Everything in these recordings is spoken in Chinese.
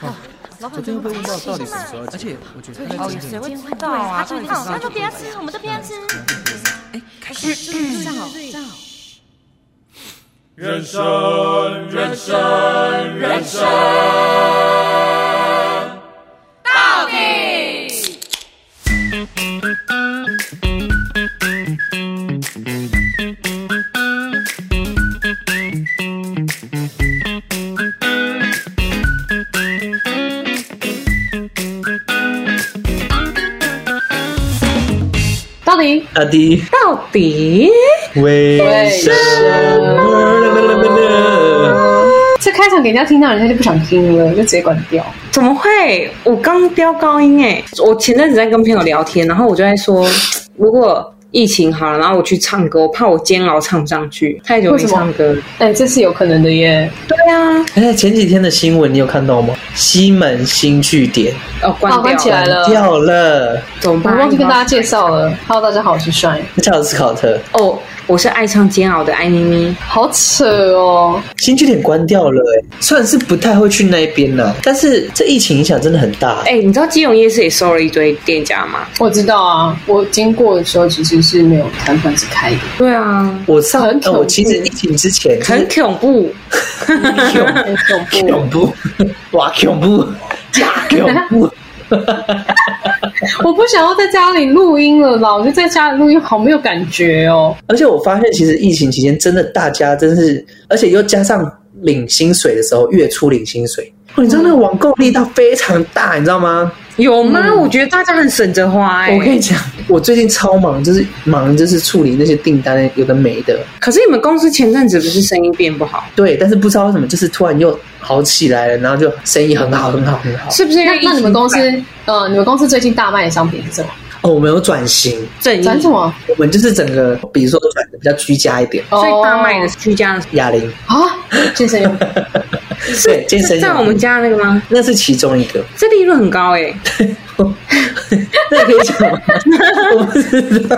啊，老昨板天怎又么被不问吃到到底呢什么时候要而结且婚，我觉对得啊他已谁经会很知道对啊？他到注底意是看，他啥就不要吃，我们就不要吃。开始站好，站好。人生，人生，人生。到底阿迪，到底，为什么？这开场给人家听到，人家就不想听了，就直接关掉。怎么会？我刚飙高音哎、我前阵子在跟朋友聊天，然后我就在说，如果疫情好了，然后我去唱歌，我怕我煎熬唱不上去，太久没唱歌。哎，这是有可能的耶。对啊，哎，前几天的新闻你有看到吗？西门新据点哦，关掉哦关起来了掉了，怎么我办？忘记跟大家介绍了。Hello，大家好，我是帅。乔尔斯考特哦，我是爱唱煎熬的艾咪咪。好扯哦，新据点关掉了、哎，虽然是不太会去那边啦、但是这疫情影响真的很大、哎、你知道基隆夜市也收了一堆店家吗？我知道啊。我经过的时候其实是没有看馆是 开的。对啊，我上很，恐呃怖我其实疫情之前很恐怖。很很恐恐怖，哇，恐怖，假恐怖。我不想要在家里录音了啦，我就在家里录音，好没有感觉哦。而且我发现，其实疫情期间真的大家真是，而且又加上领薪水的时候，月初领薪水，哦、你知道那个网购力道非常大，你知道吗？有吗？嗯我觉得大家很省着花、欸。我跟你讲，我最近超忙，就是忙就是处理那些订单，有的没的。可是你们公司前阵子不是生意变不好，对，但是不知道为什么，就是突然又好起来了，然后就生意很好，很好，很好。是不是因那为疫情那你们公司，呃，你们公司最近大卖的商品是什么？哦，我们有转型，正义转什？么？我们就是整个，比如说转的比较居家一点，最大卖的哦是居家的，哑铃，啊，健身用品。对，健身是在用我们品家那个吗？那是其中一个。这利润很高哎、 那可以讲吗？我不知道。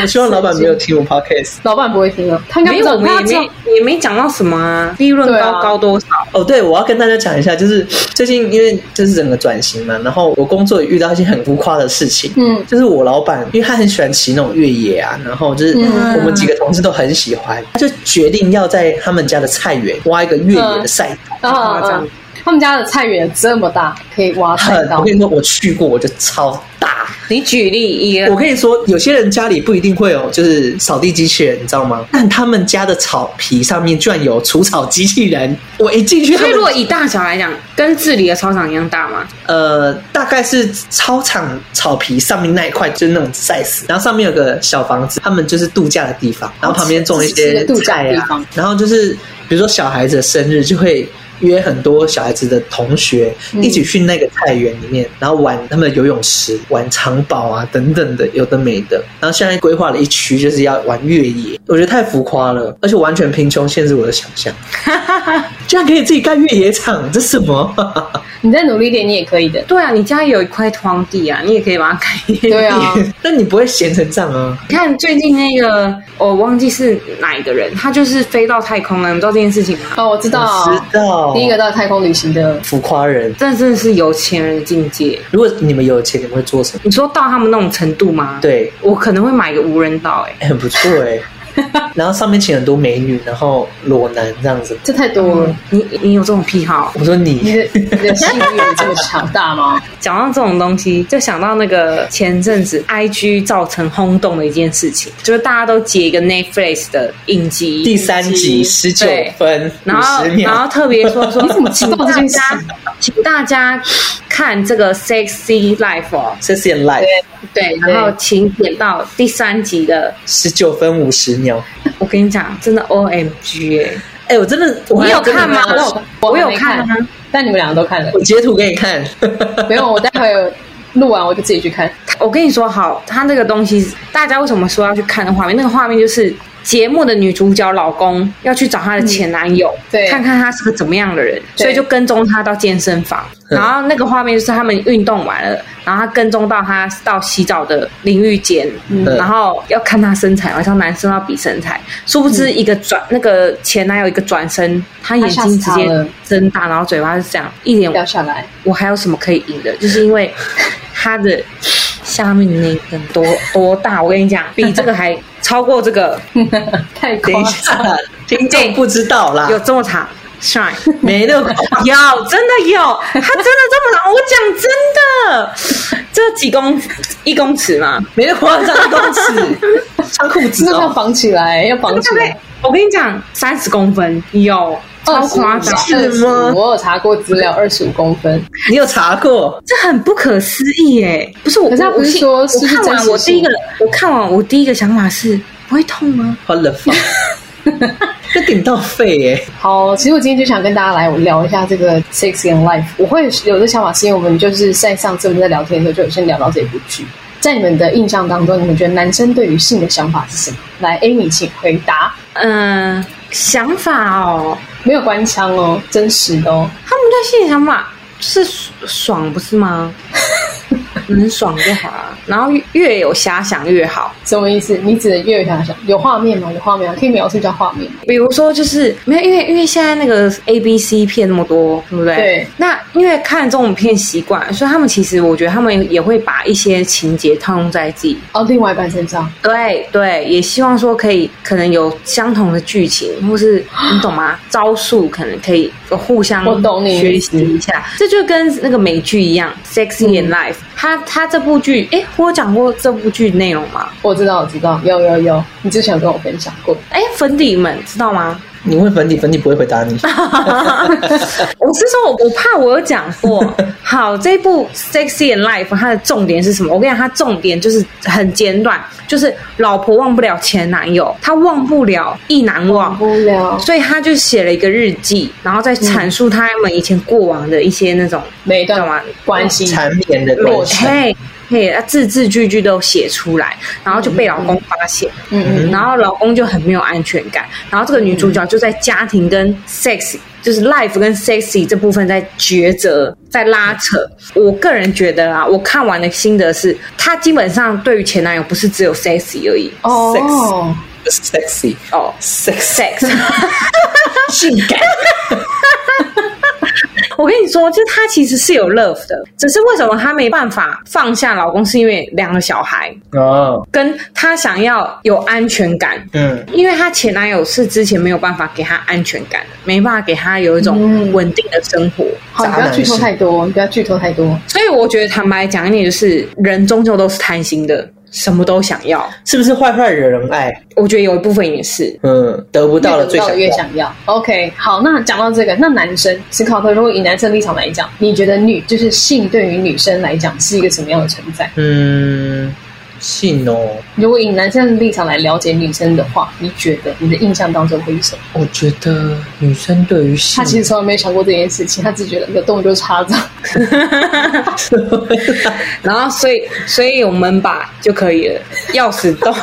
我希望老板没有听我 podcast。老板不会听的，他应该没不知有，道我们他也知道没也没讲到什么啊，利润对高啊高多少？ 哦，对，我要跟大家讲一下，就是最近因为就是整个转型嘛，然后我工作也遇到一些很浮夸的事情。嗯，就是我老板，因为他很喜欢骑那种越野啊，然后就是嗯我们几个同事都很喜欢，他就决定要在他们家的菜园挖一个越野的赛道。啊夸张啊！他们家的菜园这么大，可以挖 菜很，刀我跟。你说，我去过，我就超大。你举例一二我跟你说，有些人家里不一定会有，就是扫地机器人，你知道吗？但他们家的草皮上面居然有除草机器人。我一进去，他所以们如果以大小来讲，跟治理的操场一样大吗？呃，大概是操场草皮上面那一块，就是那种 size，然后上面有个小房子，他们就是度假的地方，然后旁边种一这哦是一些个度假的菜地啊方，然后就是比如说小孩子的生日就会。约很多小孩子的同学嗯一起去那个菜园里面，然后玩他们的游泳池、玩长跑啊等等的，有的没的。然后现在规划了一区，就是要玩越野，我觉得太浮夸了，而且完全贫穷限制我的想象。 居然可以自己盖越野场，这什么？你再努力一点，你也可 以的。对啊，你家有一块荒地啊，你也可以把它改一点。对啊， 那你不会闲成这样啊？ 你看最近那个，我忘记是哪一个人，他就是飞到太空了，你知道这件事情吗？哦，我知 道，我知道，第一个到太空旅行的，浮夸人。这真的是有钱人的境界。如果你们有钱，你们会做什么？你说到他们那种程度吗？，对，我可能会买个无人岛、欸，哎很不错哎、然后上面请很多美女，然后裸男这样子。这太多了。你你有这种癖好？我说你你的你的性欲有这么强大吗？讲到这种东西，就想到那个前阵子 I G 造成轰动的一件事情，就是大家都截一个 Netflix 的影集，第三集十九对分然五后十然后秒，特别 说说， 哎你怎么知道这件事请大家请大家看这个 Sexy Life 哦，这是 live 对，然后请点到第三集的，十九分五十秒。我跟你讲，真的 O M G 哎、哎、我真的，我还你有真的看吗没有我我还有没看看啊，但你们两个都看了我，截图给你看。没有？我待会录完我就自己去看。我跟你说好，它那个东西，大家为什么说要去看那画面？那个画面就是节目的女主角老公要去找她的前男友，嗯对看看他是个怎么样的人，对所以就跟踪他到健身房，嗯然后那个画面就是他们运动完了，然后他跟踪到他到洗澡的淋浴间，嗯然后要看他身材，好像男生要比身材，殊不知一个转、那个前男友一个转身，他眼睛直嗯他吓接死他了睁大，然后嘴巴是这样，一脸掉下来， 我还有什么可以赢的？就是因为 他的下面那一根多多大，我跟你讲，比这个还超过这个，太 等夸一张，下，听众不知道啦有，这么长，shine。没那么夸 有，真的有，他真的这么长，我讲真的，这几公一公尺嘛，没那么夸张，公尺穿裤真子的要哦，绑起来，要绑大起概来。我跟你讲，三十公分有，超夸张，是吗25我有查过资料，二十五公分。你有查过？这很不可思议哎！不是我，可是他我不是我说是我不是看真完实我第一个性，我看完我第一个想法是不会痛吗？我的妈！ 这顶到肺耶、好，其实我今天就想跟大家来聊一下这个《Sex and Life》。我会有这想法，是因为我们就是在上次我们在聊天的时候，就有先聊到这部剧。在你们的印象当中，你们觉得男生对于性的想法是什么？来，Amy，请回答。嗯、想法哦，没有官腔哦，真实的哦。他们对性的想法是爽不是吗？能爽就好啊，然后越有遐想越好。什么意思？你指的越有想想有画面吗？有画面吗？啊可以描述一下画面吗？比如说，就是没有，因为因为现在那个 A B C 片那么多，对不对？对。那因为看这种片习惯，所以他们其实我觉得他们也会把一些情节套用在自己哦，另外一半身上，对对，也希望说可以可能有相同的剧情，或是你懂吗？招数可能可以互相我懂你学意思习一下，这就跟那个美剧一样，《Sexy and Life》它它这部剧，哎，我有讲过这部剧内容吗？我知道，我知道，有有有，你之前有跟我分享过。哎，粉底们知道吗？你问粉底，粉底不会回答你。我是说我，我怕我有讲过。好，这部《Sexy and Life》它的重点是什么？我跟你讲，它重点就是很简短，就是老婆忘不了前男友，她忘不了意难忘，无聊，所以他就写了一个日记，然后再阐述他们以前过往的一些那种嗯每一干嘛段关系缠绵的关系，嘿嘿，他字字句句都写出来，然后就被老公发现，嗯嗯嗯然后老公就很没有安全感，然后这个女主角就在家庭跟 sex。就是 life 跟 sexy 这部分在抉择，在拉扯。我个人觉得啊，我看完的心得是，她基本上对于前男友不是只有 sexy 而已哦， sexy 哦 sex ，sex 性感，我跟你说，就是她其实是有 love 的，只是为什么她没办法放下老公，是因为两个小孩，哦，跟她想要有安全感。嗯，因为她前男友是之前没有办法给她安全感，没办法给她有一种嗯稳定的生活，好，你不要剧透太多，你不要剧透太多。所以我觉得坦白讲一点，就是人终究都是贪心的，什么都想要。是不是坏坏惹人爱？我觉得有一部分也是，嗯，得不到了最越得不到越想要。想要。OK，好，那讲到这个，那男生史考特，如果以男生立场来讲，你觉得女就是性对于女生来讲是一个什么样的存在？嗯，性哦，如果以男生的立场来了解女生的话，你觉得你的印象当中会是什么？我觉得女生对于性，他其实从来没想过这件事情，他只觉得有动就插着。然后所以所以我们把就可以了，钥匙洞。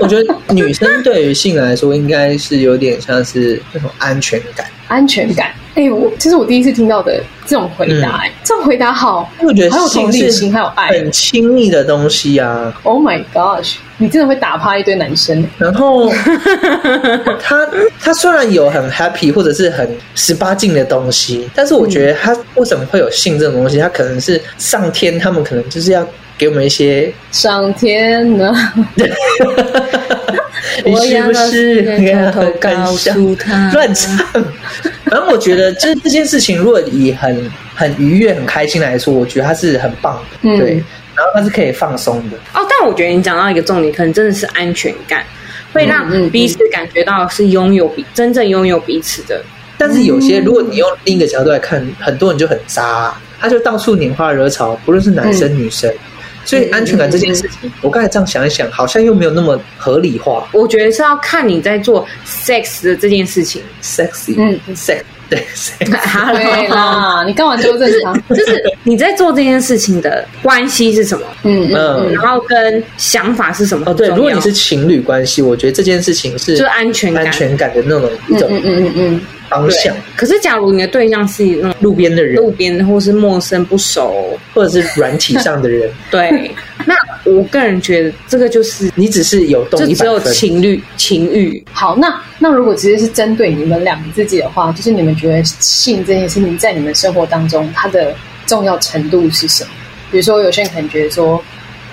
我觉得女生对于性来说，应该是有点像是那种安全感。安全感。哎、我这是我第一次听到的这种回答、哎、这种回答好，嗯因为我觉得还有性同理是心，还有爱。很亲密的东西啊。 Oh my gosh，你真的会打趴一堆男生，然后他他虽然有很 happy 或者是很十八禁的东西，但是我觉嗯得他为什么会有性这种东西？他可能是上天，他们可能就是要给我们一些，上 天呢？你是不是要偷很告想诉他 乱唱？反正我觉得这这件事情，如果以很很愉悦、很开心来说，我觉得它是很棒的，嗯对。然后它是可以放松的，哦，但我觉得你讲到一个重点，可能真的是安全感，会让嗯嗯嗯彼此感觉到是拥有彼、真正拥有彼此的。但是有些，如果你用另一个角度来看，很多人就很渣、他就到处拈花惹草，不论是男生女生。所以安全感这件事情，我刚才这样想一想，好像又没有那么合理化我觉得是要看你在做 sex 的这件事情， ，sexy，嗯 sex 对谁？对 Hello，啦，你干嘛纠正他？ 就是你在做这件事情的关系是什么，嗯嗯嗯然后跟想法是什么 哦，对，很重要。如果你是情侣关系，我觉得这件事情是就是安全感安全感的那种一嗯种嗯嗯嗯嗯，方对向。，可是假如你的对象是那种路边的人，路边或是陌生不熟，或者是软体上的人， 对，那我个人觉得这个就是你只是有动就一只百有分，情侣情欲，好，那那如果直接是针对你们两个自己的话，就是你们觉得性这件事情在你们生活当中它的重要程度是什么？比如说，有些人可能觉得说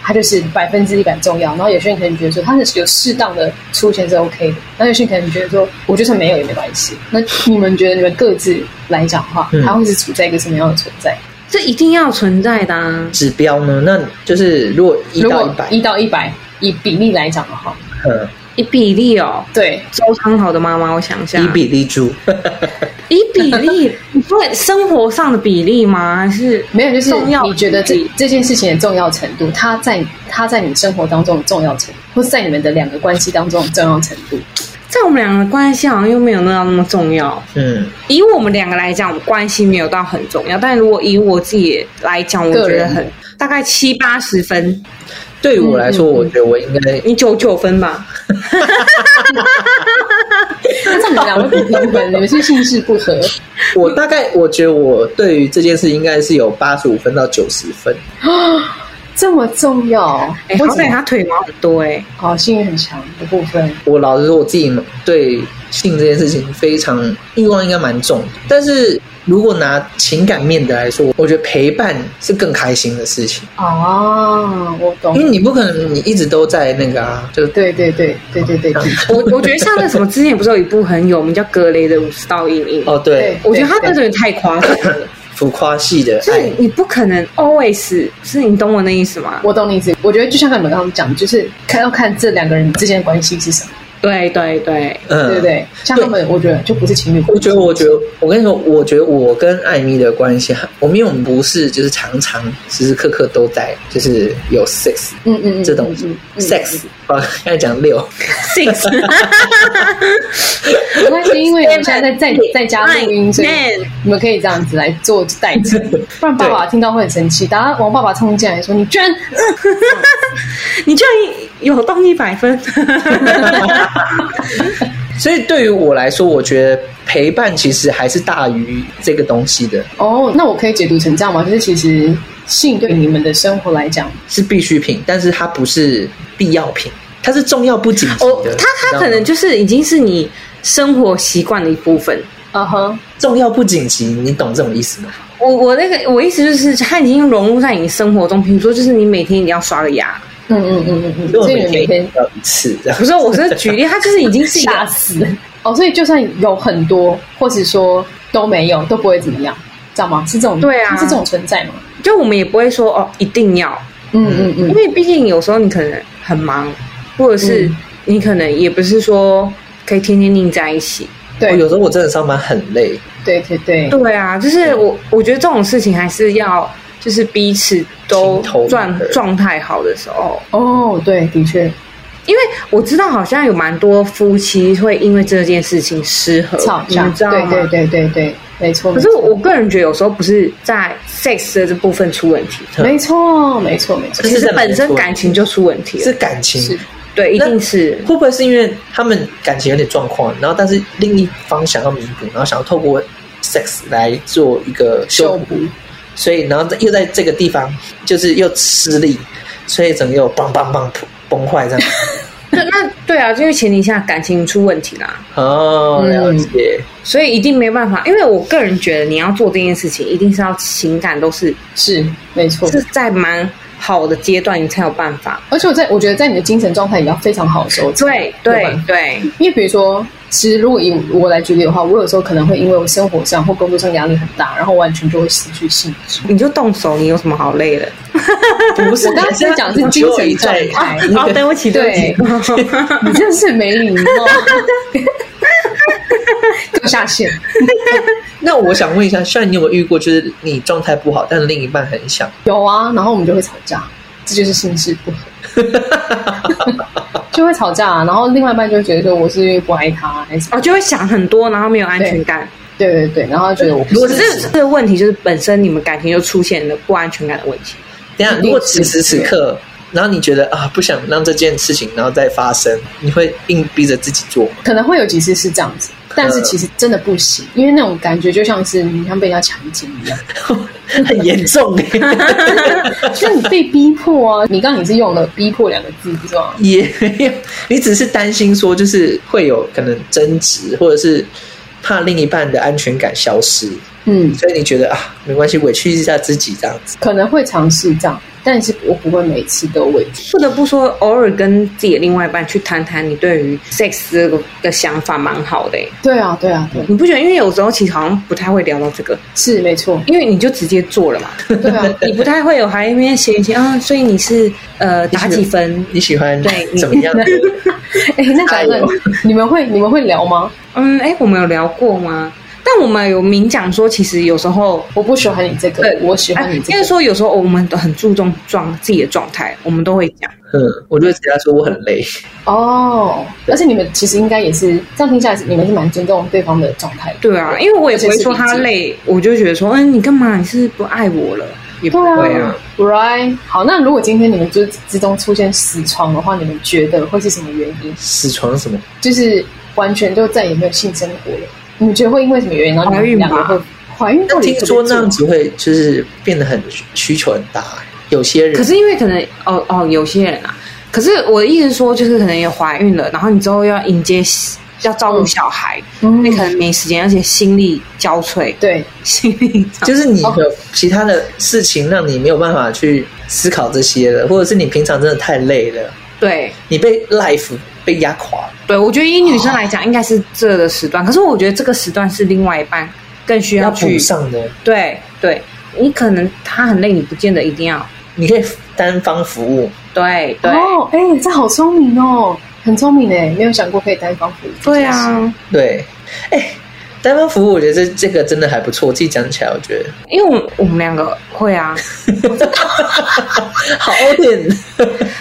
它就是百分之一百重要，然后有些人可能觉得说它是有适当的出现是 OK 的，那有些人可能觉得说我就算没有也没关系。那你们觉得你们各自来讲的话嗯，它会是处在一个什么样的存在？这一定要存在的啊。指标呢？那就是如果一如到果一百，一到一百以比例来讲的话，嗯，以比例哦，对，周汤豪的妈妈，我想一下，一比例猪， 以比例，你说生活上的比例吗？还是没有，就是重要你觉得比这例这件事情的重要程度，它在它在你生活当中的重要程度，或是在你们的两个关系当中的重要程度，在我们两个的关系好像又没有那么重要。嗯，以我们两个来讲，我们关系没有到很重要，但如果以我自己来讲，我个觉得人很大概七八十分，对于我来说，嗯嗯嗯我觉得我应该你九九分吧。那这样你们两个不平等，你们是性事不合，我大概我觉得我对于这件事应该是有八十五分到九十分，这么重要？哎、好为什歹么？他腿毛很多哎、好，性欲很强的部分，我老实说，我自己对性这件事情非常欲望应该蛮重的，但是如果拿情感面的来说，我觉得陪伴是更开心的事情，哦，我懂因。为你不可能你一直都在那个啊，就对对对对对对，嗯我我觉得像那什么，之前不是有一部很有名叫格雷的五十道阴影？哦对，我觉得他那种也太夸张了，浮夸系的就是爱，你不可能 always 是你哎懂我那意思吗？我懂你意思。我觉得就像你们刚刚讲，就是看要看这两个人之间的关系是什么，对对 对，嗯，对不。对？像他们，我觉得就不是情侣关我觉系。得，我觉得，我跟你说，我觉得我跟艾米的关系，我们因为我们不是就是常常时时刻刻都在，就是有 sex 嗯嗯嗯，这东西、嗯 sex，啊， 刚才讲六， six 没关系，因为我们现在在在在家录音，所以 Man 你们可以这样子来做 代替，不然爸爸听到会很生气。等下王爸爸冲进来说：“你居然你居然有动一百分，所以对于我来说，我觉得陪伴其实还是大于这个东西的，哦，那我可以解读成这样吗？就是其实性对你们的生活来讲，是必需品，但是它不是必要品，它是重要不紧急哦的。，你他知他道可能吗就是已经是你生活习惯的一部分。啊哈，重要不紧急，你懂这种意思吗？我我那个我意思就是，他已经融入在你生活中。比如说，就是你每天一定要刷个牙，嗯嗯嗯嗯嗯，所以我所以你每们每天天要一次这样哦不。是，我是举例，他就是已经 是一个吓死哦，所以就算有很多，或是说都没有，都不会怎么样，知道吗？是这种对啊是这种存在吗？就我们也不会说哦一定要，嗯嗯因嗯，为毕竟有时候你可能很忙，或者是嗯你可能也不是说可以天天腻在一起。我有对时候我真的上班很累，对对对，对啊，就是我我觉得这种事情还是要就是彼此都情投意状合状态好的时候，哦，对，的确因为我知道好像有蛮多夫妻会因为这件事情失和吵，嗯你架们，知道对吗？对对对对，没错。可没是错我个人觉得有时候不是在 sex 的这部分出问题，没错，没错，没错。是其实在哪里本身出问题感情就出问题是了。感情。是对，一那定是。会不会是因为他们感情有点状况，然后但是另一方想要弥补，然后想要透过 sex 来做一个修补，所以然后又在这个地方就是又吃力，所以整个又邦邦邦崩坏这 样。对，那对啊，因为前提下感情出问题啦，哦，了解，所以一定没办法。因为我个人觉得，你要做这件事情，一定是要情感都是是，没错。是在蛮好的阶段，你才有办法。而且我在我觉得在你的精神状态也要非常好的时候，对对对，因为比如说，其实如果以我来举例的话，我有时候可能会因为我生活上或工作上压力很大，然后完全就会失去兴 致。你就动手，你有什么好累的？不是嗯我刚刚是讲的是精神状态你哦，对不起，对对 不起，你真的是没礼貌，给我下线。 那我想问一下，像你有没有遇过，就是你状态不好，但另一半很想？ 有啊，然后我们就会吵架，这就是心智不合，就会吵架、然后另外一半就会觉得说我是因为不爱他还是什么哦，就会想很多，然后没有安全感。对对对，然后他觉得我不如果是是这个问题，就是本身你们感情就出现了不安全感的问题。等 一下，如果此时此刻，然后你觉得啊不想让这件事情然后再发生，你会硬逼着自己做吗？可能会有几次是这样子，但呃是其实真的不行，因为那种感觉就像是你像被人家强奸一样，很严 重 欸就是你被逼迫啊。你刚刚你是用了“逼迫”两个字，不是吗？也没有，你只是担心说就是会有可能争执，或者是怕另一半的安全感消失，嗯，所以你觉得啊没关系，委屈一下自己这样子。可能会尝试这样，但是我不会每次都委屈。不得不说，偶尔跟自己的另外一半去谈谈你对于 sex 这个的想法，蛮好的欸、对啊，对啊，对，你不觉得？因为有时候其实好像不太会聊到这个，是没错，因为你就直接做 了嘛，对啊，你不太会有还一边嫌弃啊，所以你是呃打几分？你喜欢对 你怎么样的？嗯哎、那敢问哎你们会你们会聊吗？嗯，哎，我们有聊过吗？但我们有明讲说，其实有时候我不喜欢你这个，我喜欢你哎应这该个。说有时候我们都很注重状自己的状态，我们都会讲。嗯，我就会直接说我很累。哦，而且你们其实应该也是这样听下来，你们是蛮尊重对方的状态的。对啊，因为我也不会说他而且是理累，我就觉得说，嗯，你干嘛？你是不爱我了？也不会对啊啊。，right。好，那如果今天你们就是之中出现死床的话，你们觉得会是什么原因？死床是什么？就是完全就再也没有性生活了，你们觉得会因为什么原因？然后你怀们孕吧两个会怀孕？但听说那样子，子会就是变得很需需求很大、有些人可是因为可能哦哦，有些人啊，可是我的意思说，就是可能也怀孕了，然后你之后要迎接要照顾小孩，嗯你可能没时间，而且心力交瘁，对，心力交就是你哦有其他的事情让你没有办法去思考这些了，或者是你平常真的太累了，对。你被 life 被压垮了。对，我觉得以女生来讲，应该是这个时段。可是我觉得这个时段是另外一半更需要补去。上的，对对，你可能他很累，你不见得一定要。你可以单方服务，对对、哦，哎、这好聪明哦，很聪明哎，没有想过可以单方服务。对，啊，对，哎，单方服务，我觉得这这个真的还不错。我自己讲起来，我觉得因为我们我们两个会啊， 好 open，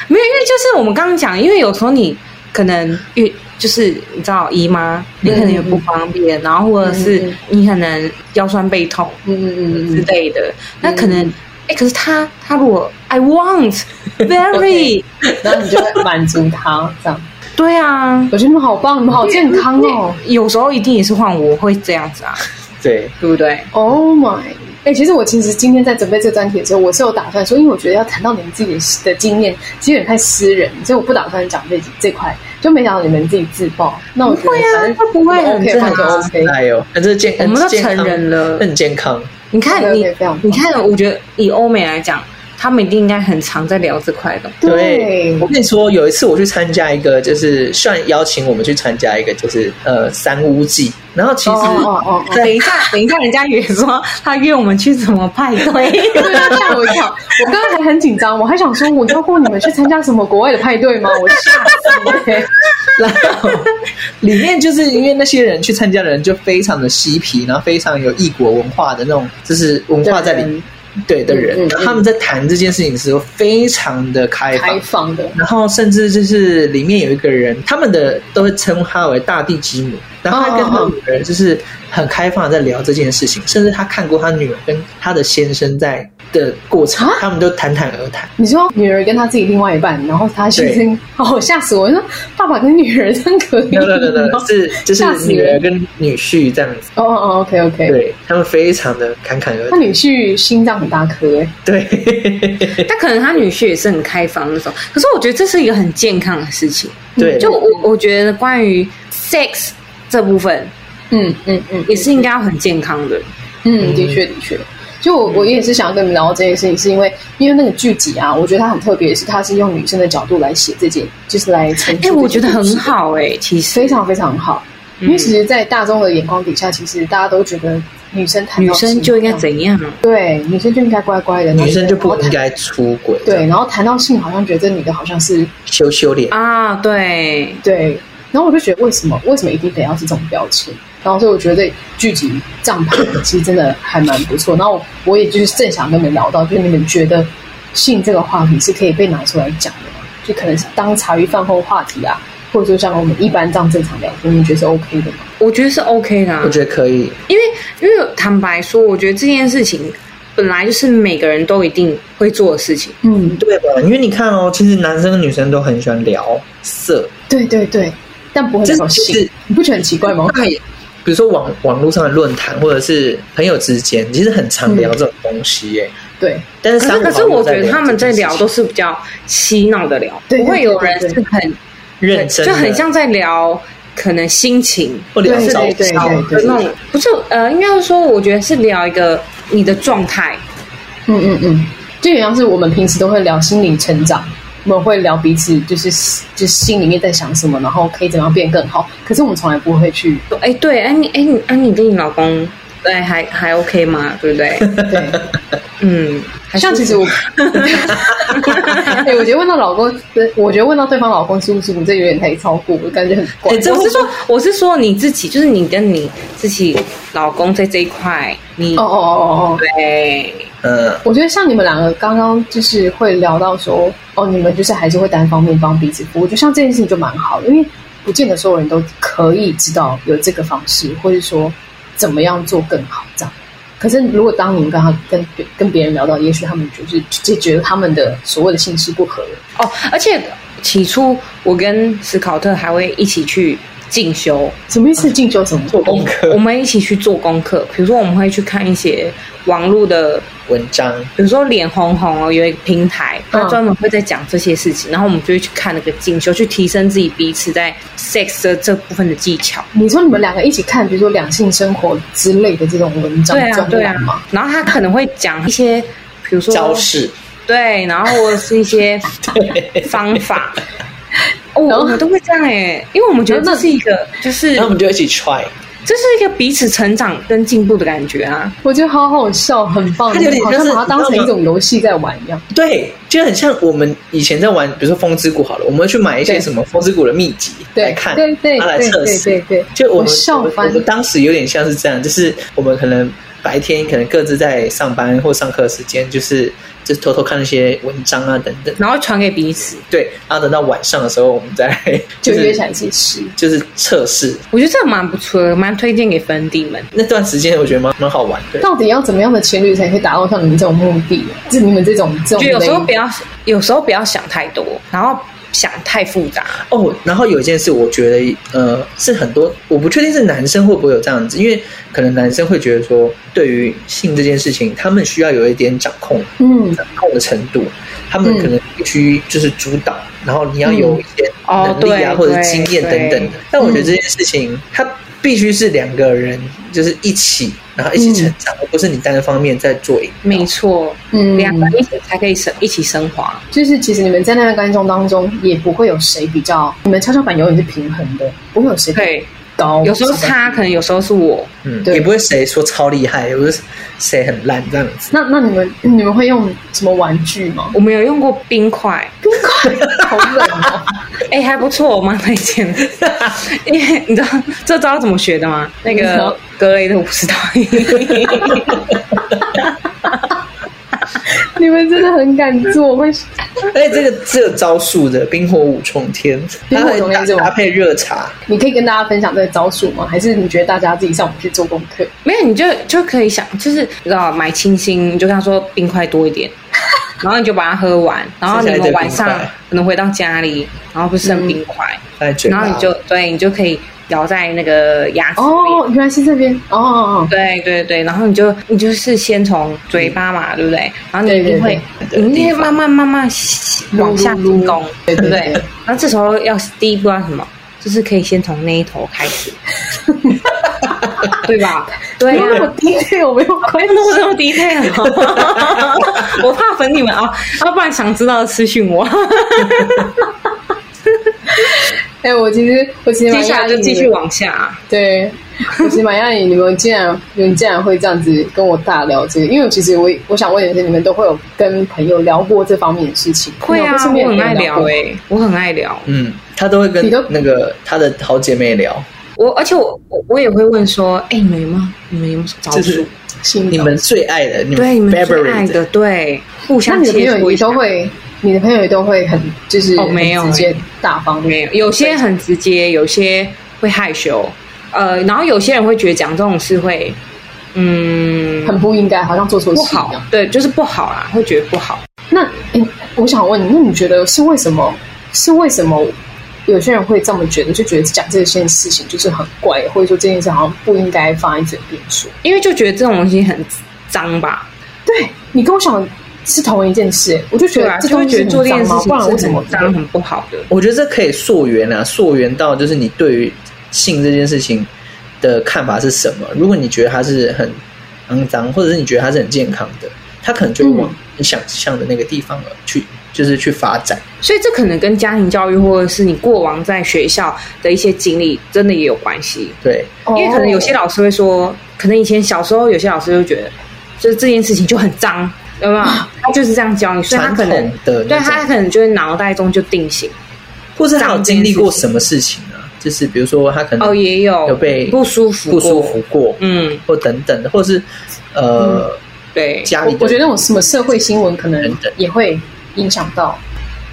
没有，因为就是我们刚刚讲，因为有时候你可能遇就是你知道姨妈，你可能也不方便，然后或者是你可能腰酸背痛嗯嗯之嗯嗯，类的，那可能哎、可是他他如果 I want very，然后你就会满足他这样。 对啊，我觉得你们好棒，你们好健康哦。有时候一定也是换我会这样子啊，对，对不对？ Oh my！哎、其实我其实今天在准备这个专题的时候，我是有打算说，因为我觉得要谈到你们自己的的经验，其实有点太私人，所以我不打算讲这这块，就没想到你们自己自爆。那我觉得不会啊反正会不会很 OK，正反正常 OK。哎呦，那这健，我们都健康成人了很健康，你看你 OK，OK，非常棒你看，我觉得以欧美来讲，他们一定应该很常在聊这块的。对，我跟你说，有一次我去参加一个，就是算邀请我们去参加一个，就是呃三屋记，然后其实哦哦哦，等一下，等一下，人家也说他约我们去什么派对， 对啊，吓我一跳！我刚刚还很紧张，我还想说，我邀过你们去参加什么国外的派对吗？我吓死了！然后 里面就是因为那些人去参加的人就非常的嬉皮，然后非常有异国文化的那种，就是文化在里面对的人嗯嗯，然后他们在谈这件事情的时候非常的开开放。放的，然后甚至就是里面有一个人，他们的都会称他为大地之母。然后他跟他哦哦哦女儿就是很开放的在聊这件事情，甚至他看过他女儿跟他的先生在的过程啊，他们都侃侃而 谈。你说女儿跟她自己另外一半，然后她先生，哦，吓死我！我说爸爸跟女儿真可哦以对对对对，吗是就是吓死女人儿跟女婿这样子，哦哦哦，OK OK。对他们非常的侃侃而他谈。女婿心脏很大颗哎，对，但可能他女婿也是很开放那种。可是我觉得这是一个很健康的事情。对就我我觉得关于 sex 这部分嗯嗯嗯也是应该要很健康的。嗯，的确的确。就嗯我我也是想跟你们聊到这件事情，是因为因为那个剧集啊，我觉得它很特别，是它是用女生的角度来写这件，就是来陈述。哎、我觉得很，好哎、其实非常非常好。嗯因为其实，在大众的眼光底下，其实大家都觉得女生谈女到生性就应该好像怎样？啊对，女生就应该乖乖的，女生就不然后应谈该出轨。对，，然后谈到性，好像觉得这女的好像是羞羞脸。啊，对，对，然后我就觉得为什么为什么一定得要是这种标签？然后所以我觉得剧集帐篷其实真的还蛮不错。然后我也就是正想跟你们聊到，就是你们觉得性这个话题是可以被拿出来讲的吗？就可能是当茶余饭后话题啊，或或者说像我们一般这样正常聊天，你觉得是 OK 的吗？我觉得是 OK 的、啊，我觉得可以。因为因为坦白说，我觉得这件事情本来就是每个人都一定会做的事情。嗯，对吧？因为你看哦，其实男生跟女生都很喜欢聊色，对对对，但不会这那种其性实，你不觉得很奇怪吗？那也比如说网网络上的论坛，或者是朋友之间，其实很常聊这种东西耶。对但是可是三五可是好友我觉得他们这件在事聊情都是比较嬉闹的聊，对不会有人对是对很认真的，就很像在聊可能心情。或聊对早对对教的那种不是呃，应该是说，我觉得是聊一个你的状态，嗯嗯嗯，就有像是我们平时都会聊心理成长，我们会聊彼此就是就是心里面在想什么，然后可以怎么样变更好。可是我们从来不会 去说哎、对，哎、你哎、你哎、你跟你老公对还还 OK 吗？对不对？ 对，嗯，还是像其实我，哎、我觉得问到老公，呃我觉得问到对方老公舒不舒服，这有点太超过，我感觉很怪。哎这我是说我是说你自己，就是你跟你自己老公在这一块，你哦哦哦哦哦，对嗯，我觉得像你们两个刚刚就是会聊到说，哦，你们就是还是会单方面帮彼此服务，我觉得像这件事情就蛮好的，因为不见得所有人都可以知道有这个方式，或是说怎么样做更好这样。可是如果当你们跟他跟别跟别人聊到，也许他们就是就觉得他们的所谓的性事不合了。哦，而且起初我跟史考特还会一起去进修，什么意啊思？进修什么？做功课我们一起去做功课，比如说我们会去看一些网络的文章，比如说脸红红哦，有一个平台，它嗯专门会在讲这些事情，然后我们就会去看那个进修，去提升自己彼此在 sex 的这部分的技巧。你说你们两个一起看，比如说两性生活之类的这种文章对啊，专对啊栏吗？。然后他可能会讲一些，比如说招，式，对，然后或者是一 些方法。哦，然后我们都会这样哎、因为我们觉得然这后那是一个，就是然后我们就一起 try，这是一个彼此成长跟进步的感觉啊。我觉得好好笑，很棒，它有点好像就是把它当成一种游戏在玩一样。对，就很像我们以前在玩，比如说风之谷好了，我们会去买一些对什么风之谷的秘籍来对看，对对拿来对测试，对对对就我们我笑我们翻我们当时有点像是这样，就是我们可能白天可能各自在上班或上课的时间，就是就是偷偷看那些文章啊等等，然后传给彼此，对，然后等到晚上的时候，我们再 来就就是约起来一起吃。就是测试我觉得这个蛮不错的，蛮推荐给粉底们。那段时间，我觉得蛮蛮好玩的。到底要怎么样的情侣才可以达到像你们这种目的？就你们这种这种就有类，时候不要，有时候不要想太多，然后想太复杂。哦，然后有一件事，我觉得呃是很多，我不确定是男生会不会有这样子，因为可能男生会觉得说，对于性这件事情，他们需要有一点掌控嗯，掌控的程度，他们可能必须就是主导，然后你要有一些嗯哦能力啊、对或者经验等等对嗯的。但我觉得这件事情，它必须是两个人就是一起，然后一起成长，而不是你单方面在做引导。没错，嗯两个人一起才可以生一起升华。就是其实你们在那段关系当中，也不会有谁比较，你们跷跷板永远是平衡的，不会有谁比对，高。有时候是他，可能有时候是我。嗯，对也不会谁说超厉害，也不是谁很烂这样子。那那你们你们会用什么玩具 吗？我们有用过冰块，好冷哦！哎、还不错，我蛮推 荐的。因为你知道这招怎么学的吗？那不知道个格雷的五十道 阴。你们真的很敢做，会而且这个只有招数的冰火五重天，冰它火五重会天搭是吗搭配热茶，你可以跟大家分享这个招数吗？还是你觉得大家自己上网去做功课？没有，你就就可以想，就是你知道买清新，你就跟他说冰块多一点，然后你就把它喝完，然后你们剩下一堆晚上冰块可能回到家里，然后不剩冰块，在嘴然后巴。你就对你就可以咬在那个牙齿里。哦，原来是这边哦哦哦，对对对，然后你就你就是先从嘴巴嘛，对不对？然后你一定会，对对对你一定会慢慢慢慢撸往下进攻，对对不对对？对然后这时候要第一步要什么？就是可以先从那一头开始，对吧？对啊因呀、为我第一次有没有关没有那么那么 detail，我怕粉你们啊，要不然想知道的私讯我。哎、我其实我其实接蛮下讶来异就你继续们，往下，对，我其实蛮讶异你们竟然你们竟然会这样子跟我大聊这个，因为我其实我我想问的是，你们都会有跟朋友聊过这方面的事情？会啊，身边我有很没有爱人聊过哎、我很爱聊，嗯，他都会跟你都那个他的好姐妹聊，我而且我我我也会问说，哎、你们有没有你们有没有招就是数？心你动们最爱的，你对，你们最 favorite 爱的，对，互那相你的朋切友磋一你下都。会你的朋友也都会很就是哦没有很直接大方，没有，有些很直接，有些会害羞，呃，然后有些人会觉得讲这种事会，嗯，很不应该，好像做错不事一好样。，对，就是不好啦，会觉得不好。那诶我想问你，那你觉得是为什么？是为什么有些人会这么觉得？就觉得讲这件事情就是很怪，或者说这件事好像不应该放在嘴边说。因为就觉得这种东西很脏吧，对你跟我想的是同一件事，诶我就觉对得啊，这就会东觉西得做很这件脏事吗？不然我情是怎么很脏、很不好的。我觉得这可以溯源啊，溯源到就是你对于性这件事情的看法是什么？如果你觉得它是很肮脏，或者是你觉得它是很健康的，它可能就会嗯往你想象的那个地方而去，就是去发展。所以这可能跟家庭教育，或者是你过往在学校的一些经历，真的也有关系。对，因为可能有哦些老师会说，可能以前小时候有些老师就觉得，就是这件事情就很脏，有没 有？他就是这样教你，所以他传可统能的对那他种，可能就是脑袋中就定型。或者他有经历过什么事情啊？就是比如说他可能哦，也有有被不舒服不过，舒服过，嗯，或等等的，或者是呃、对家里嗯我的我觉得那种什么社会新闻可能也会影响到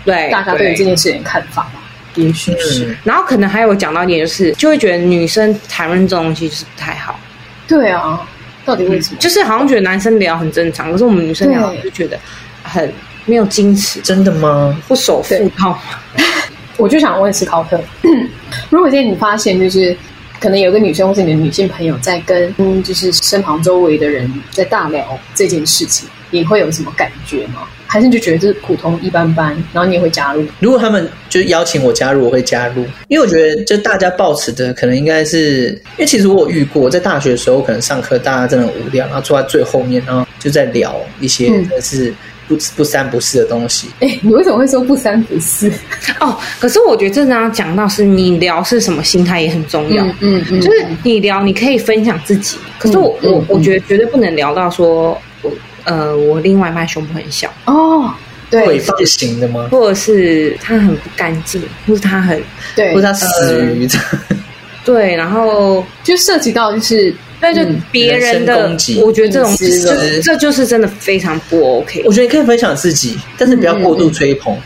对，大家对于这件事情的看法吧，也许是。嗯然后可能还有讲到一点，就是就会觉得女生谈论这种东西就是不太好，对啊，到底为什么？就是好像觉得男生聊很正常，可是我们女生聊对就觉得很没有矜持，真的吗？不守妇道。 我就想问史考特， 如果今天你发现就是可能有个女生或是你的女性朋友在跟嗯，就是身旁周围的人在大聊这件事情，你会有什么感觉吗？还是你就觉得就是普通一般般，然后你也会加入？ 如果他们就邀请我加入，我会加入，因为我觉得就大家抱持的可能应该是，因为其实我有遇过，在大学的时候可能上课大家真的很无聊，然后坐在最后面，然后就在聊一些嗯真的是不不三不四的东西。哎、你为什么会说不三不四？哦，可是我觉得这张讲到是你聊是什么心态也很重要，嗯嗯就是你聊你可以分享自己，可是我、嗯我嗯我觉得绝对不能聊到说我呃我另外一半胸部很小，哦，会对放型的吗？或者是他很不干净，或是他很对呃或，者他死于、对，然后就涉及到就是那就嗯别人的，人身攻击我觉得这种隐嗯私这的这这就是真的非常不 OK 我。觉得你可以分享自己，但是不要嗯过度吹捧。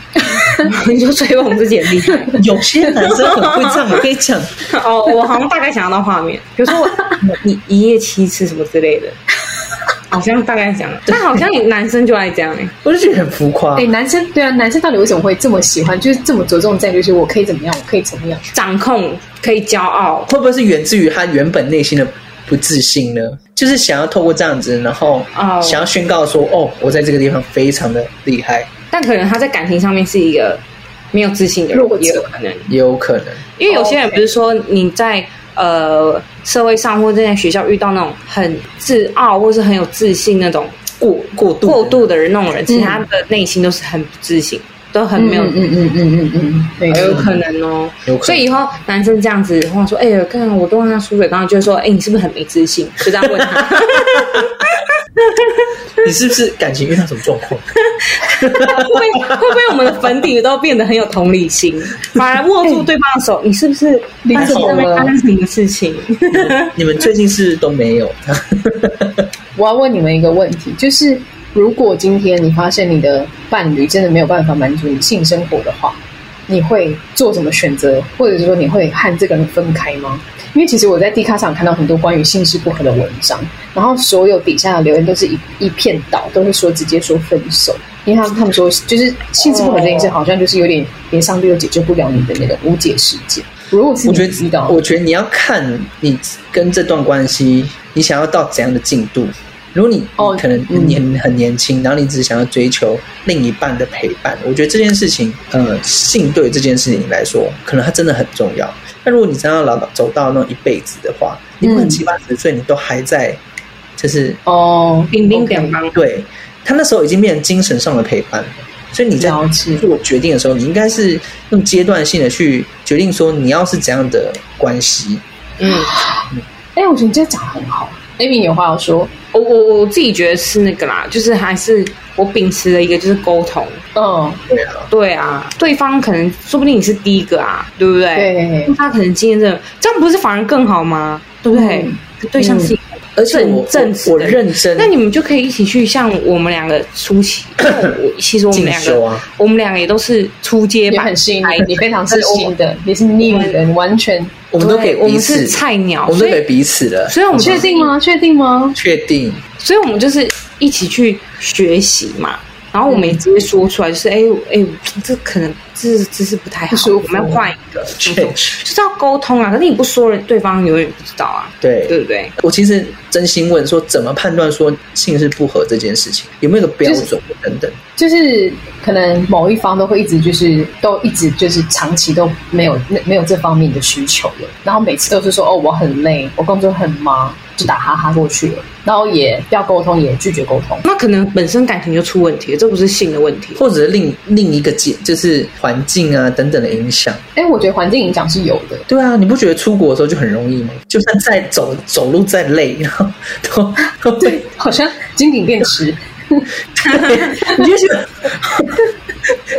你就吹捧自己的厉害有些男生很会这样，我跟你讲，哦，我好像大概想到画面，比如说我你一夜七次什么之类的，好像大概讲，但好像男生就爱这样哎、我就觉得很浮夸。哎、男生对啊，男生到底为什么会这么喜欢，就是这么着重在就是我可以怎么样，我可以怎么样？掌控可以骄傲，会不会是源自于他原本内心的不自信呢？就是想要透过这样子，然后哦想要宣告说：“哦，我在这个地方非常的厉害。但可能他在感情上面是一个没有自信的人弱，者也有可能，”也有可能，因为有些人不是说你在。呃，社会上或者在学校遇到那种很自傲或是很有自信那种过过度过度的人那种人，其实他的内心都是很不自信，都很没有，嗯嗯嗯嗯嗯嗯，对，有可能哦。有可能所以以后男生这样子，话说，哎呀，刚刚我都让他出水，然后就会说，哎，你是不是很没自信？就这样问他，你是不是感情遇到什么状 况？会不会会不会我们的粉底都变得很有同理 心，反而握住对方的手，你是不是哎你发生怎么了发生什么事情？你们最近是不是都没有？我要问你们一个问题，就是如果今天你发现你的伴侣真的没有办法满足你性生活的话，你会做什么选择，或者是说你会和这个人分开吗？因为其实我在 D 卡上看到很多关于性事不合的文章，然后所有底下的留言都是一一片倒，都是说直接说分手，因为他们他们说就是性事不合这件事，好像就是有点连上帝都解决不了你的那个无解事件。如果是我你觉遇到得，，我觉得你要看你跟这段关系，你想要到怎样的进度。如果你哦可能嗯年很年轻，然后你只想要追求另一半的陪伴，我觉得这件事情，呃，性对这件事情来说，可能它真的很重要。但如果你真的要老走到那种一辈子的话，你不能嗯七八十岁你都还在，就是哦，冰冰 OK，两帮，对他那时候已经变成精神上的陪伴了，所以你在了解做决定的时候，你应该是用阶段性的去决定说你要是怎样的关系。嗯。哎、我觉得你这讲得很好。Amy，你有话要说？我我我自己觉得是那个啦，就是还是我秉持了一个就是沟通，嗯，对啊，对啊，对方可能说不定你是第一个啊，对不对？对，那他可能经验这这样不是反而更好吗？对不对？嗯对象是一个、而且我正正直我我的人认真那你们就可以一起去，像我们两个初 期，因为我其实我们两进修个，啊我们两个也都是初阶你版，很新哎，你非常是但我新的，你是 new 的，你完全。我们都对给我彼们此，是菜鸟，我们所都以给彼此了。所以我们确定？吗？确定吗？确定，所以我们就是一起去学习嘛。然后我们也直接说出来，就是嗯哎哎，这可能这这是不太好不舒，服我们要换一个，确就是要沟通啊。可是你不说了，对方永远不知道啊，对对不对？我其实真心问说，怎么判断说性是不合这件事情，有没有一个标就是准等等？就是可能某一方都会一直就是都一直就是长期都没有没没有这方面的需求了，然后每次都是说哦我很累，我工作很忙，就打哈哈过去了，然后也要沟通也拒绝沟通，那可能本身感情就出问题了，这不是性的问题。或者是另另一个解就是环境啊等等的影响？哎，我觉得环境影响是有的，对啊，你不觉得出国的时候就很容易吗？就算再走走路再累，然后都都会，好像金顶电池，你就觉 得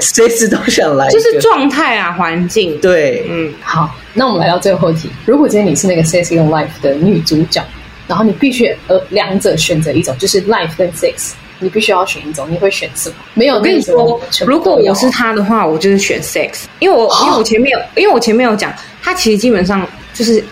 随时都想来一就个，是状态啊，环境。，对，嗯，好，那我们来到最后题。如果今天你是那个《Sex in Life》的女主角，然后你必须呃两者选择一种，就是 Life 跟 Sex，你必须要选一种，你会选什么？没有我跟你那种说全，部如果都要我是他的话，我就是选 sex，因为我哦因为我前面有，因为我前面有讲，他其实基本上就是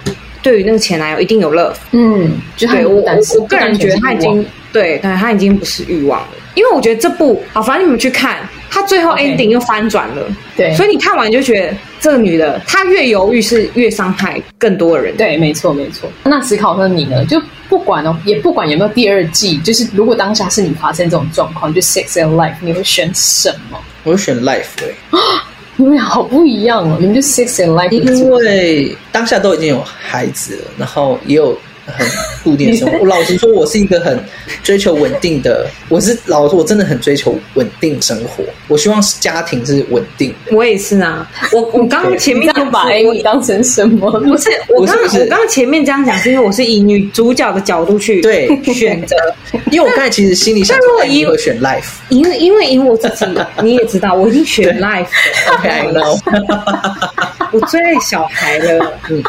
对于那个前男友一定有 love。嗯，就他对我我但是我个人觉得他已经对，对他已经不是欲望了，因为我觉得这部好，反正你们去看，他最后 OK ending 又翻转了。对所以你看完你就觉得这个女的，她越犹豫是越伤害更多的人。对，没错没错。那思考，那你呢？就不管哦，也不管有没有第二季，就是如果当下是你发生这种状况，就 Sex and Life，你会选什么？嗯我选 life 哎、你们俩好不一样哦，你们就 Sex and 嗯 Life，的组因合为当下都已经有孩子了，然后也有很固定的生活。 我老实说，我是一个很追求稳定的，我是老实说，我真的很追求稳定生活。我希望家庭是稳定的。我也是啊，我 我刚刚前你面这样把讲是 Amy 当成什么？不是，我刚不是不是我刚刚前面这样讲，是因为我是以女主角的角度去对选择，因为我刚才其实心里想但如说，果哎以你会选 life。 因为因为以我自己， 你也知道，我已经选 life 了 OK, I know。我最爱小孩了，嗯，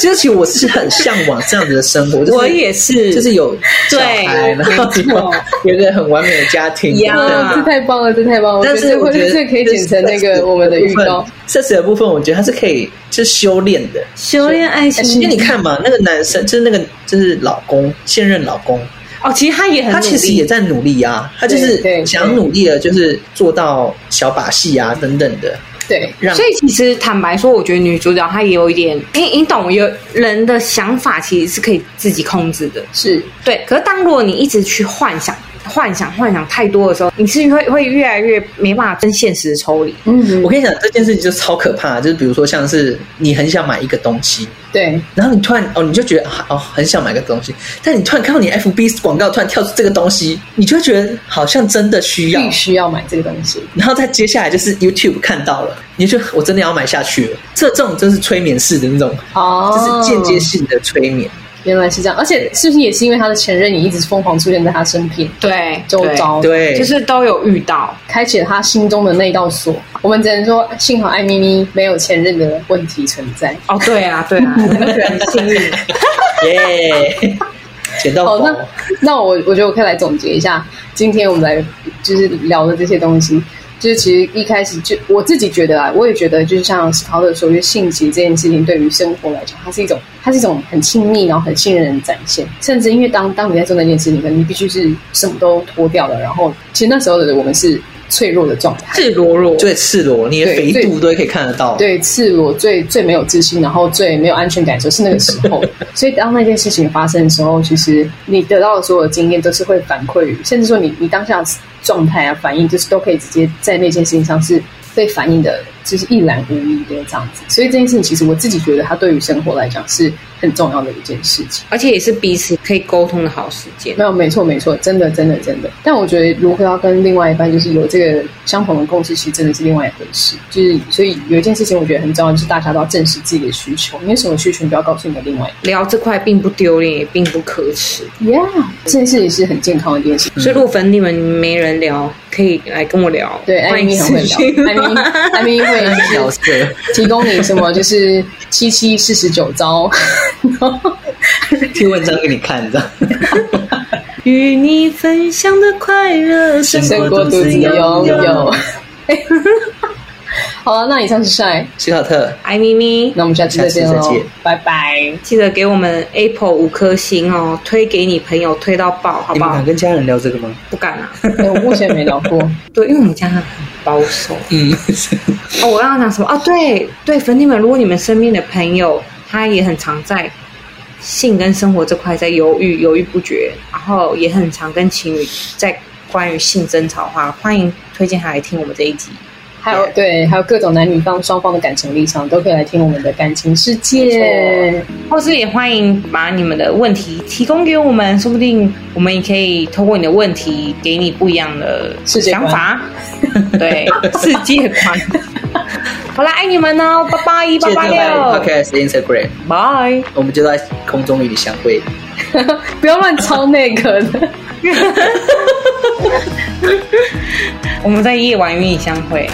就是其实我是很向往这样子的生活。就是、我也是，就是有小孩，对然后没错有有一个很完美的家庭。呀等等这太棒了，这太棒了！但是啊我我觉觉得得这可以剪成那个我们的预告。社死的部分，我觉得它是可以就是修炼的。修炼爱因为情哎你看嘛，那个男生就是那个就是老公，现任老公，哦，其实他也很他其努实力也在努力啊，他就对对是想努力的，就是做到小把戏啊等等的，对，让所以其实坦白说，我觉得女主角她也有一点，你你懂，有人的想法其实是可以自己控制的，是对。可是当如果你一直去幻想、幻想、幻想太多的时候，你是会会越来越没办法跟现实抽离。嗯，我跟你讲这件事情就超可怕，就是比如说像是你很想买一个东西，对然后你突然哦，你就觉得啊哦很想买个东西，但你突然看到你 FB 广告突然跳出这个东西，你就会觉得好像真的需要嗯必，须要买这个东西。然后再接下来就是 YouTube 看到了，你就我真的要买下去了。这这种真是催眠式的那种，哦，就是间接性的催眠。原来是这样，而且是不是也是因为他的前任也一直疯狂出现在他身边，对，周遭，，对，哦就是都有遇到。开启了他心中的那道锁。我们只能说，幸好艾咪咪没有前任的问题存在。哦，对啊，对 啊，我们觉得很幸运。 耶，捡到好，宝那。那我我觉得我可以来总结一下，今天我们来就是聊的这些东西，就是其实一开始就我自己觉得啊，我也觉得就是像史考特说，就是性急这件事情对于生活来讲，它是一种它是一种很亲密然后很信任的展现，甚至因为当当你在做那件事情，可能你必须是什么都脱掉了，然后其实那时候的我们是脆弱的状态，赤裸裸，最赤裸，你的对肥最度都可以看得到。，对赤裸最最没有自信，然后最没有安全感，就是那个时候。所以当那件事情发生的时候，其实你得到的所有的经验都是会反馈于，甚至说你你当下的状态啊、反应，就是都可以直接在那件事情上是被反映的，就是一览无遗的这样子。所以这件事情，其实我自己觉得它对于生活来讲是很重要的一件事情。而且也是彼此可以沟通的好时间没。有，没错，没错，真的，真的，真的。但我觉得，如何要跟另外一半就是有这个相同的共识，其实真的是另外一回事。就是，所以有一件事情我觉得很重要，就是大家都要正视自己的需求。你有什么需求，你不要告诉你的另外聊这块并不丢脸，也并不可耻。一半。Yeah，这件事情是很健康的一件事。所以，如果粉你们没人聊，可以来跟我聊。对，艾欢迎米很会私讯聊，艾米，艾米会角色 提供你什么？就是七七四十九招，然后贴文章给你看 的。与你分享的快乐，胜过独自拥有。 好了，那以上是帅，希卡特，爱咪咪，那我们下次再见下次喽再见，拜拜。记得给我们 Apple 五颗星哦，推给你朋友，推到爆，好你不们好敢？跟家人聊这个吗？不敢啊，哎 我目前没聊过，对，因为我们家很保守。 嗯，哦，我刚刚讲什么？哦，对对，粉底们，如果你们身边的朋友他也很常在性跟生活这块在犹豫、犹豫不决，然后也很常跟情侣在关于性争吵的话，欢迎推荐他来听我们这一集。还有对，还有各种男女方双方的感情立场，都可以来听我们的感情世界。或是也欢迎把你们的问题提供给我们，说不定我们也可以透过你的问题给你不一样的世界想观法， 对世界观。好啦，爱你们哦，拜拜，记得拜拜来六， Podcast Instagram，拜。我们就在空中与你相会。 不要乱抄那个的。我们在夜晚与你相会，